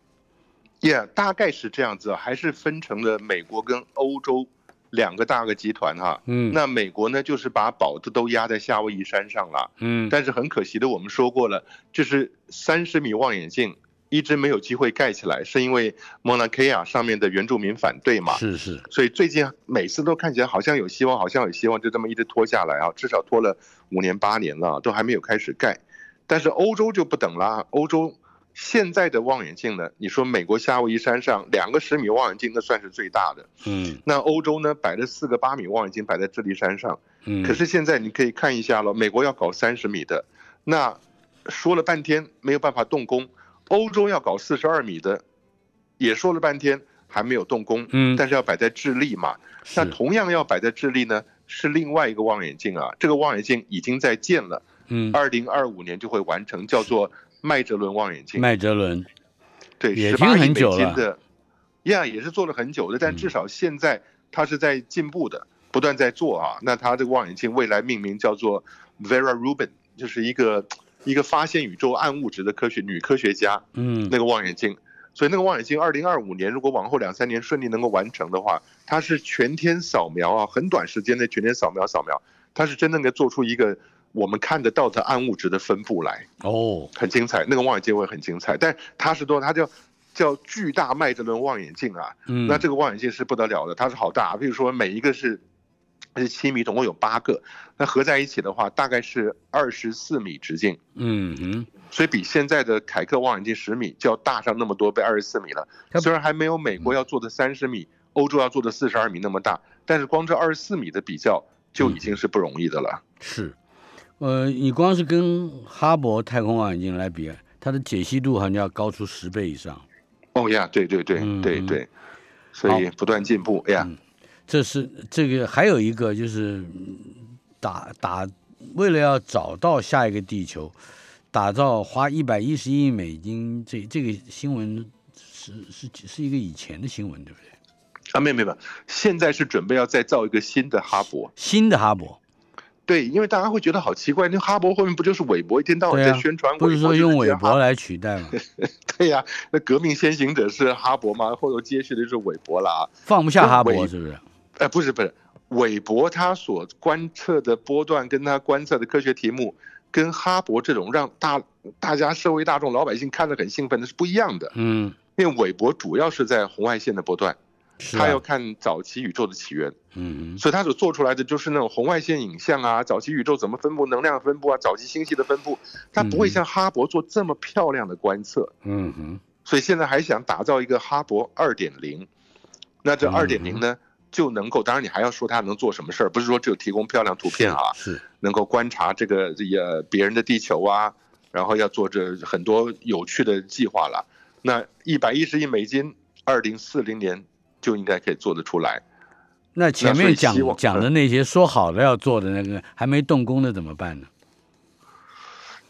Speaker 3: Yeah，大概是这样子，啊还是分成了美国跟欧洲两个大个集团哈。
Speaker 2: 嗯
Speaker 3: 那美国呢，就是把宝都都压在夏威夷山上了，
Speaker 2: 嗯
Speaker 3: 但是很可惜的，我们说过了，就是三十米望远镜一直没有机会盖起来，是因为蒙娜凯亚上面的原住民反对嘛。
Speaker 2: 是是，
Speaker 3: 所以最近每次都看起来好像有希望，好像有希望，就这么一直拖下来啊，至少拖了五年八年了，啊都还没有开始盖。但是欧洲就不等啦，欧洲现在的望远镜呢，你说美国夏威夷山上两个十米望远镜，那算是最大的。
Speaker 2: 嗯
Speaker 3: 那欧洲呢，摆了四个八米望远镜摆在智利山上，
Speaker 2: 嗯，
Speaker 3: 可是现在你可以看一下了，美国要搞三十米的，那说了半天没有办法动工；欧洲要搞四十二米的，也说了半天还没有动工。
Speaker 2: 嗯，
Speaker 3: 但是要摆在智利嘛，那
Speaker 2: 是
Speaker 3: 同样要摆在智利呢，是另外一个望远镜啊。这个望远镜已经在建了，
Speaker 2: 嗯。
Speaker 3: 二零二五年就会完成，叫做麦哲伦望远镜。
Speaker 2: 麦哲伦，
Speaker 3: 对，
Speaker 2: 也
Speaker 3: 十
Speaker 2: 听
Speaker 3: 八亿
Speaker 2: 很
Speaker 3: 美
Speaker 2: 久
Speaker 3: 金
Speaker 2: 了嗯
Speaker 3: 的，呀，也是做了很久的，但至少现在它是在进步的，不断在做啊。那它这个望远镜未来命名叫做 Vera Rubin，就是一个一个发现宇宙暗物质的科学女科学家。
Speaker 2: 嗯
Speaker 3: 那个望远镜。所以那个望远镜，二零二五年如果往后两三年顺利能够完成的话，它是全天扫描啊，很短时间内全天扫描扫描，它是真正的做出一个我们看得到的暗物质的分布来，
Speaker 2: 哦，
Speaker 3: 很精彩。那个望远镜会很精彩，但它是多，它叫叫巨大麦哲伦望远镜啊。
Speaker 2: 嗯，
Speaker 3: 那这个望远镜是不得了的，它是好大，比如说每一个是是七米，总共有八个，那合在一起的话，大概是二十四米直径。
Speaker 2: 嗯哼，
Speaker 3: 所以比现在的凯克望远镜十米就要大上那么多倍，二十四米了
Speaker 2: 它。嗯
Speaker 3: 虽然还没有美国要做的三十米，欧洲要做的四十二米那么大，但是光这二十四米的比较就
Speaker 2: 嗯
Speaker 3: 已经是不容易的了。
Speaker 2: 是，呃，你光是跟哈勃太空望远镜来比，啊它的解析度好像要高出十倍以上。
Speaker 3: 哦呀，对对对
Speaker 2: 嗯
Speaker 3: 对
Speaker 2: 嗯
Speaker 3: 对，所以不断进步。哎呀，
Speaker 2: 这是这个还有一个就是嗯打打，为了要找到下一个地球，打造花一百一十亿美金，这这个新闻是是是一个以前的新闻，对不对？
Speaker 3: 啊，没有没有，没有现在是准备要再造一个新的哈勃。
Speaker 2: 新的哈勃，
Speaker 3: 对，因为大家会觉得好奇怪，那哈勃后面不就是韦伯一天到晚
Speaker 2: 对啊
Speaker 3: 在哦宣传
Speaker 2: 不是说
Speaker 3: 就是
Speaker 2: 用韦
Speaker 3: 接哈
Speaker 2: 伯来取代吗？
Speaker 3: 对呀、那革命先行者是哈勃嘛，后头接续的就是韦伯了啊。
Speaker 2: 放不下哈
Speaker 3: 韦
Speaker 2: 勃是不是？
Speaker 3: 呃，不是不是，韦伯他所观测的波段跟他观测的科学题目，跟哈勃这种让大大家社会大众老百姓看得很兴奋的是不一样的。
Speaker 2: 嗯，
Speaker 3: 因为韦伯主要是在红外线的波段，
Speaker 2: 是
Speaker 3: 他
Speaker 2: 啊
Speaker 3: 要看早期宇宙的起源，
Speaker 2: 嗯
Speaker 3: 所以他所做出来的就是那种红外线影像啊，早期宇宙怎么分布、能量分布啊，早期星系的分布，他不会
Speaker 2: 嗯
Speaker 3: 像哈勃做这么漂亮的观测。
Speaker 2: 嗯哼，
Speaker 3: 所以现在还想打造一个哈勃二点零。那这
Speaker 2: 嗯
Speaker 3: 二点零呢，就能够，当然你还要说它能做什么事儿，不是说只有提供漂亮图片啊，
Speaker 2: 是
Speaker 3: 能够观察这个呃别人的地球啊，然后要做这很多有趣的计划了。那一百一十亿美金，二零四零年就应该可以做得出来。
Speaker 2: 那前
Speaker 3: 所
Speaker 2: 面
Speaker 3: 以
Speaker 2: 讲
Speaker 3: 希望嗯
Speaker 2: 讲的那些说好了要做的那个还没动工的怎么办呢？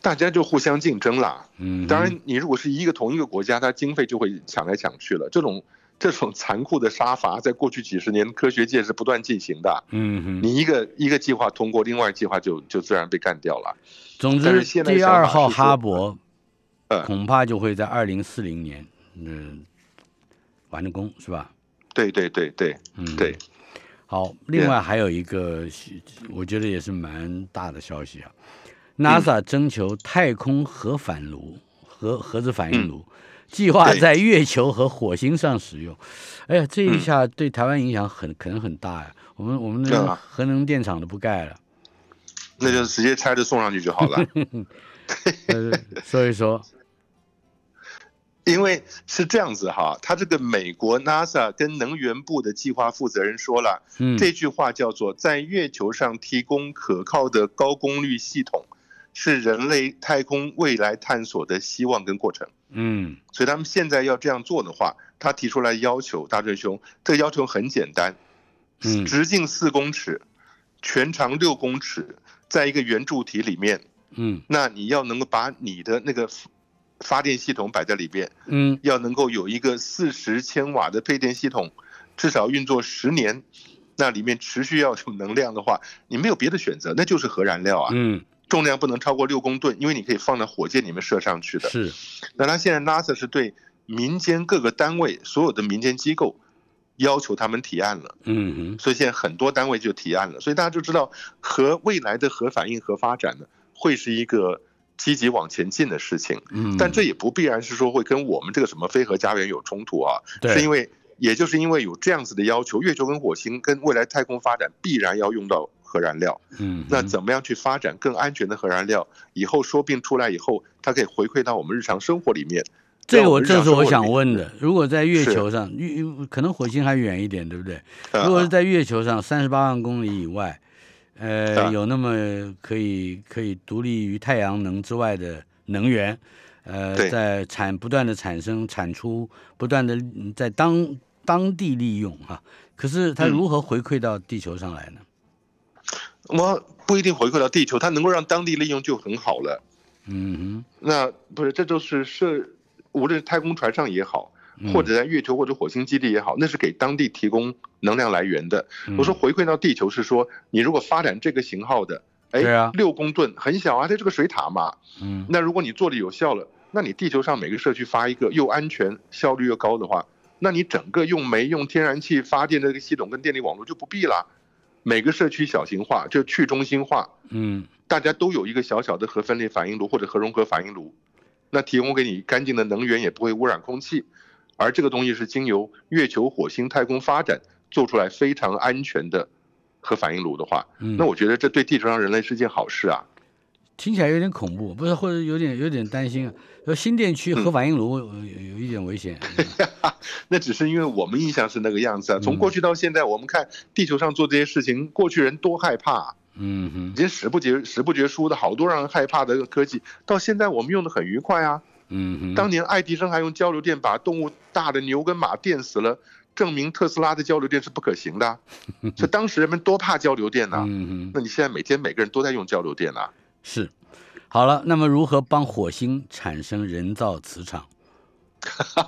Speaker 3: 大家就互相竞争啦。
Speaker 2: 嗯，
Speaker 3: 当然，你如果是一个同一个国家，它经费就会抢来抢去了。这种 这种残酷的杀伐，在过去几十年科学界是不断进行的。
Speaker 2: 嗯哼，
Speaker 3: 你一个一个计划通过，另外计划就就自然被干掉了。
Speaker 2: 总
Speaker 3: 但
Speaker 2: 之
Speaker 3: 是现在
Speaker 2: 第
Speaker 3: 想法
Speaker 2: 二
Speaker 3: 是
Speaker 2: 号
Speaker 3: 说
Speaker 2: 哈勃，
Speaker 3: 呃
Speaker 2: 恐怕就会在二零四零年，嗯、完工是吧？
Speaker 3: 对对对对
Speaker 2: 嗯，
Speaker 3: 对。，
Speaker 2: 好，另外还有一个，我觉得也是蛮大的消息啊，NASA
Speaker 3: 嗯
Speaker 2: 征求太空核反炉、核核子反应
Speaker 3: 嗯
Speaker 2: 炉，计划
Speaker 3: 对
Speaker 2: 在月球和火星上使用。哎呀，这一
Speaker 3: 嗯
Speaker 2: 下对台湾影响很可能很大呀、我们我们
Speaker 3: 对
Speaker 2: 那
Speaker 3: 啊
Speaker 2: 核能电厂都不盖了，
Speaker 3: 那就直 接 拆着送上去就好了。
Speaker 2: 呃，所以说，
Speaker 3: 因为是这样子哈，他这个美国 NASA 跟能源部的计划负责人说了，
Speaker 2: 嗯，
Speaker 3: 这句话叫做在月球上提供可靠的高功率系统，是人类太空未来探索的希望跟过程。
Speaker 2: 嗯
Speaker 3: 所以他们现在要这样做的话，他提出来要求，大正兄，这个要求很简单，
Speaker 2: 嗯
Speaker 3: 直径四公尺，全长六公尺，在一个圆柱体里面，
Speaker 2: 嗯
Speaker 3: 那你要能够把你的那个发电系统摆在里边，
Speaker 2: 嗯
Speaker 3: 要能够有一个四十千瓦的配电系统，至少运作十年，那里面持续要有能量的话，你没有别的选择，那就是核燃料啊，
Speaker 2: 嗯，
Speaker 3: 重量不能超过六公吨，因为你可以放到火箭里面射上去的。
Speaker 2: 是，
Speaker 3: 那他现在 NASA 是对民间各个单位、所有的民间机构要求他们提案了，
Speaker 2: 嗯哼，
Speaker 3: 所以现在很多单位就提案了，所以大家就知道核未来的核反应、核发展呢，会是一个积极往前进的事情。
Speaker 2: 嗯，
Speaker 3: 但这也不必然是说会跟我们这个什么非核家园有冲突啊，
Speaker 2: 对
Speaker 3: 是因为也就是因为有这样子的要求，月球跟火星跟未来太空发展必然要用到核燃料，
Speaker 2: 嗯哼，
Speaker 3: 那怎么样去发展更安全的核燃料？以后说不定出来以后，它可以回馈到我们日常生活里面。
Speaker 2: 这个
Speaker 3: 让
Speaker 2: 我
Speaker 3: 们日
Speaker 2: 正是
Speaker 3: 常生活
Speaker 2: 我
Speaker 3: 里
Speaker 2: 想
Speaker 3: 面
Speaker 2: 问的，如果在月
Speaker 3: 是
Speaker 2: 球上，月可能火星还远一点，对不对？
Speaker 3: 呃
Speaker 2: 如果是在月球上三十八万公里以外，呃，
Speaker 3: 啊
Speaker 2: 有那么可以可以独立于太阳能之外的能源，呃，
Speaker 3: 对
Speaker 2: 在产不断的产生产出，不断的在当当地利用哈、可是它
Speaker 3: 嗯
Speaker 2: 如何回馈到地球上来呢？
Speaker 3: 我不一定回馈到地球，它能够让当地利用就很好了。
Speaker 2: 嗯
Speaker 3: 那不是，这就是设，无论是太空船上也好，
Speaker 2: 哼，
Speaker 3: 或者在月球或者火星基地也好，那是给当地提供能量来源的。
Speaker 2: 嗯
Speaker 3: 我说，回馈到地球是说，你如果发展这个型号的，
Speaker 2: 对啊
Speaker 3: 哎，六公吨很小啊，它这个水塔嘛。
Speaker 2: 嗯
Speaker 3: 那如果你做的有效了，那你地球上每个社区发一个，又安全、效率又高的话，那你整个用煤、用天然气发电的这个系统跟电力网络就不必了。每个社区小型化，就去中心化，
Speaker 2: 嗯
Speaker 3: 大家都有一个小小的核分裂反应炉或者核融合反应炉，那提供给你干净的能源，也不会污染空气。而这个东西是经由月球、火星、太空发展做出来非常安全的核反应炉的话，
Speaker 2: 嗯，
Speaker 3: 那我觉得这对地球上人类是件好事啊。
Speaker 2: 听起来有点恐怖，不是，或者有点有点担心啊。说新电区
Speaker 3: 嗯
Speaker 2: 核反应炉呃有有一点危险，
Speaker 3: 那只是因为我们印象是那个样子啊。
Speaker 2: 嗯
Speaker 3: 从过去到现在，我们看地球上做这些事情，过去人多害怕、啊，
Speaker 2: 嗯哼
Speaker 3: 已，经史不绝史不绝书的好多让人害怕的科技，到现在我们用的很愉快啊。
Speaker 2: 嗯哼，
Speaker 3: 当年爱迪生还用交流电把动物大的牛跟马电死了，证明特斯拉的交流电是不可行的 啊。所以当时人们多怕交流电呐、
Speaker 2: 嗯哼。
Speaker 3: 那你现在每天每个人都在用交流 电呐、
Speaker 2: 是，好了，那么如何帮火星产生人造磁场？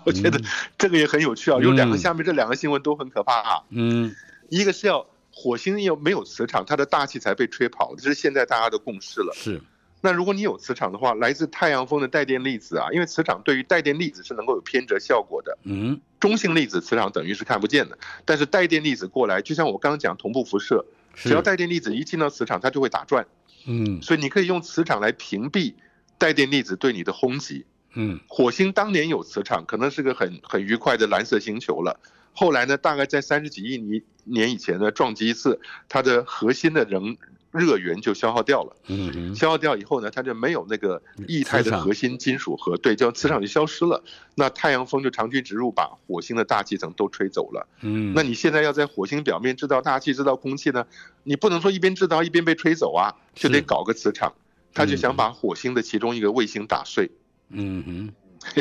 Speaker 3: 我觉得这个也很有趣啊。有两个
Speaker 2: 嗯
Speaker 3: 下面这两个新闻都很可怕啊。
Speaker 2: 嗯
Speaker 3: 一个是要火星要没有磁场，它的大气才被吹跑，这是现在大家的共识了。
Speaker 2: 是，
Speaker 3: 那如果你有磁场的话，来自太阳风的带电粒子啊，因为磁场对于带电粒子是能够有偏折效果的，
Speaker 2: 嗯
Speaker 3: 中性粒子磁场等于是看不见的，但是带电粒子过来，就像我刚刚讲同步辐射，
Speaker 2: 是，
Speaker 3: 只要带电粒子一进到磁场，它就会打转，
Speaker 2: 嗯
Speaker 3: 所以你可以用磁场来屏蔽带电粒子对你的轰击。
Speaker 2: 嗯
Speaker 3: 火星当年有磁场，可能是个很很愉快的蓝色星球了。后来呢，大概在三十几亿年年以前呢，撞击一次，它的核心的能热源就消耗掉了。
Speaker 2: 嗯哼
Speaker 3: 消耗掉以后呢，它就没有那个液态
Speaker 2: 磁
Speaker 3: 的
Speaker 2: 场
Speaker 3: 核心金属核，对，就磁场就消失了。那太阳风就长驱直入，把火星的大气层都吹走了。
Speaker 2: 嗯，
Speaker 3: 那你现在要在火星表面制造大气、制造空气呢，你不能说一边制造一边被吹走啊，就得
Speaker 2: 是
Speaker 3: 搞个磁场。他就想把火星的其中一个卫星打碎。
Speaker 2: 嗯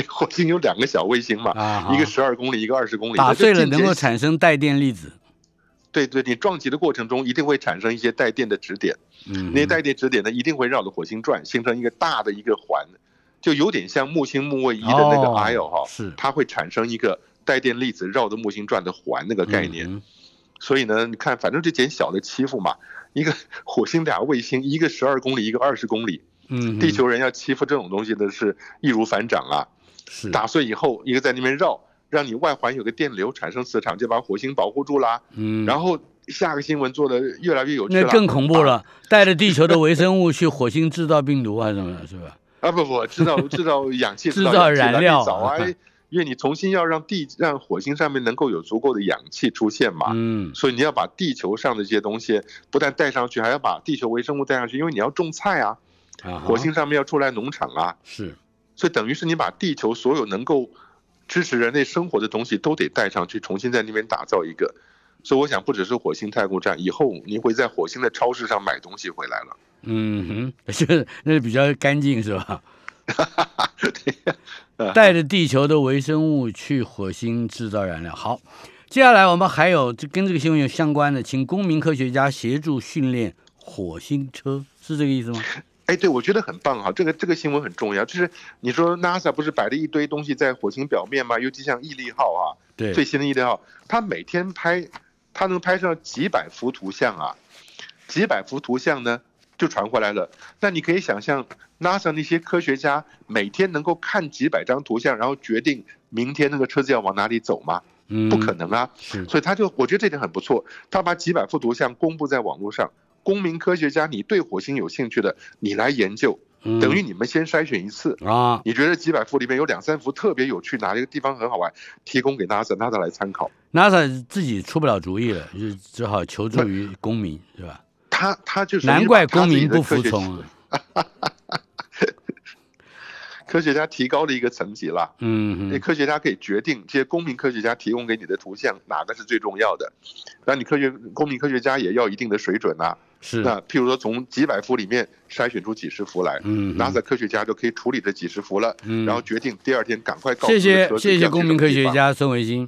Speaker 3: 火星有两个小卫星嘛，
Speaker 2: 哼啊，
Speaker 3: 一个
Speaker 2: 好
Speaker 3: 十二公里，一个二十公里，
Speaker 2: 打
Speaker 3: 那就
Speaker 2: 碎了
Speaker 3: 间接
Speaker 2: 能够产生带电粒子，
Speaker 3: 对对，你撞击的过程中一定会产生一些带电的指点，
Speaker 2: 嗯
Speaker 3: 那些
Speaker 2: 哼
Speaker 3: 带电指点呢一定会绕着火星转，形成一个大的一个环，就有点像木星木卫一的那个
Speaker 2: 哦
Speaker 3: L 哈、
Speaker 2: 是
Speaker 3: 它会产生一个带电粒子绕着木星转的环那个概念。，
Speaker 2: 嗯
Speaker 3: 所以呢，你看，反正就捡小的欺负嘛，一个 火星俩卫星，一个十二公里，一个二十公里，
Speaker 2: 嗯，
Speaker 3: 地球人要欺负这种东西呢是易如反掌啊。
Speaker 2: 是
Speaker 3: 打碎以后，一个在那边绕，让你外环有个电流产生磁场，就把火星保护住啦。
Speaker 2: 嗯，
Speaker 3: 然后下个新闻做的越来越有趣
Speaker 2: 那
Speaker 3: 了，啊
Speaker 2: 更恐怖了， 带着地球的微生物去火星制造病毒还是什么的，是吧？
Speaker 3: 啊！不不，制 造制造氧气，
Speaker 2: 制造
Speaker 3: 氧气
Speaker 2: 燃料，
Speaker 3: 来得早啊因为你重新要让地让火星上面能够有足够的氧气出现嘛。
Speaker 2: 嗯
Speaker 3: 所以你要把地球上的这些东西不但带上去，还要把地球微生物带上去，因为你要种菜啊，
Speaker 2: 啊，
Speaker 3: 火星上面要出来农场啊，
Speaker 2: 是
Speaker 3: 所以等于是你把地球所有能够支持人类生活的东西都得带上去，重新在那边打造一个。所以我想，不只是火星太空站，以后你会在火星的超市上买东西回来了。
Speaker 2: 嗯哼， 就是那是比较干净是吧？
Speaker 3: 对呀，
Speaker 2: 带着地球的微生物去火星制造燃料。好，接下来我们还有这跟这个新闻有相关的，请公民科学家协助训练火星车，是这个意 思吗？
Speaker 3: 哎，对，我觉得很棒哈，这个这个新闻很重要。就是你说 NASA 不是摆了一堆东西在火星表面吗？尤其像毅力号
Speaker 2: 对
Speaker 3: 啊，，最新的毅力号，它每天拍，它能拍上几百幅图像啊，几百幅图像呢就传回来了。那你可以想象 NASA 那些科学家每天能够看几百张图像，然后决定明天那个车子要往哪里走吗？
Speaker 2: 嗯
Speaker 3: 不可能啊。
Speaker 2: 是，
Speaker 3: 所以他就，我觉得这点很不错，他把几百幅图像公布在网络上。公民科学家，你对火星有兴趣的，你来研究，
Speaker 2: 嗯
Speaker 3: 等于你们先筛选一次。
Speaker 2: 啊，
Speaker 3: 你觉得几百幅里面有两三幅特别有趣，哪一个地方很好玩，提供给 NASA，NASA 来参考。
Speaker 2: NASA 自己出不了主意了，就只好求助于公民，是吧？
Speaker 3: 他他就是
Speaker 2: 难怪
Speaker 3: 把他
Speaker 2: 公
Speaker 3: 自己
Speaker 2: 民
Speaker 3: 的
Speaker 2: 不
Speaker 3: 科
Speaker 2: 服
Speaker 3: 学
Speaker 2: 从啊。
Speaker 3: 科学家提高了一个层级了。
Speaker 2: 嗯
Speaker 3: 那
Speaker 2: 哼，
Speaker 3: 科学家可以决定这些公民科学家提供给你的图像哪个是最重要的，那你科学公民科学家也要一定的水准呐、啊
Speaker 2: 是，
Speaker 3: 那譬如说从几百幅里面筛选出几十幅来，
Speaker 2: 嗯哼，
Speaker 3: NASA 科学家就可以处理这几十幅了，
Speaker 2: 嗯
Speaker 3: 然后决定第二天赶快告诉
Speaker 2: 谢谢
Speaker 3: 这个车子
Speaker 2: 谢谢
Speaker 3: 要去
Speaker 2: 公民科
Speaker 3: 什么
Speaker 2: 学
Speaker 3: 地方。
Speaker 2: 家孙维新。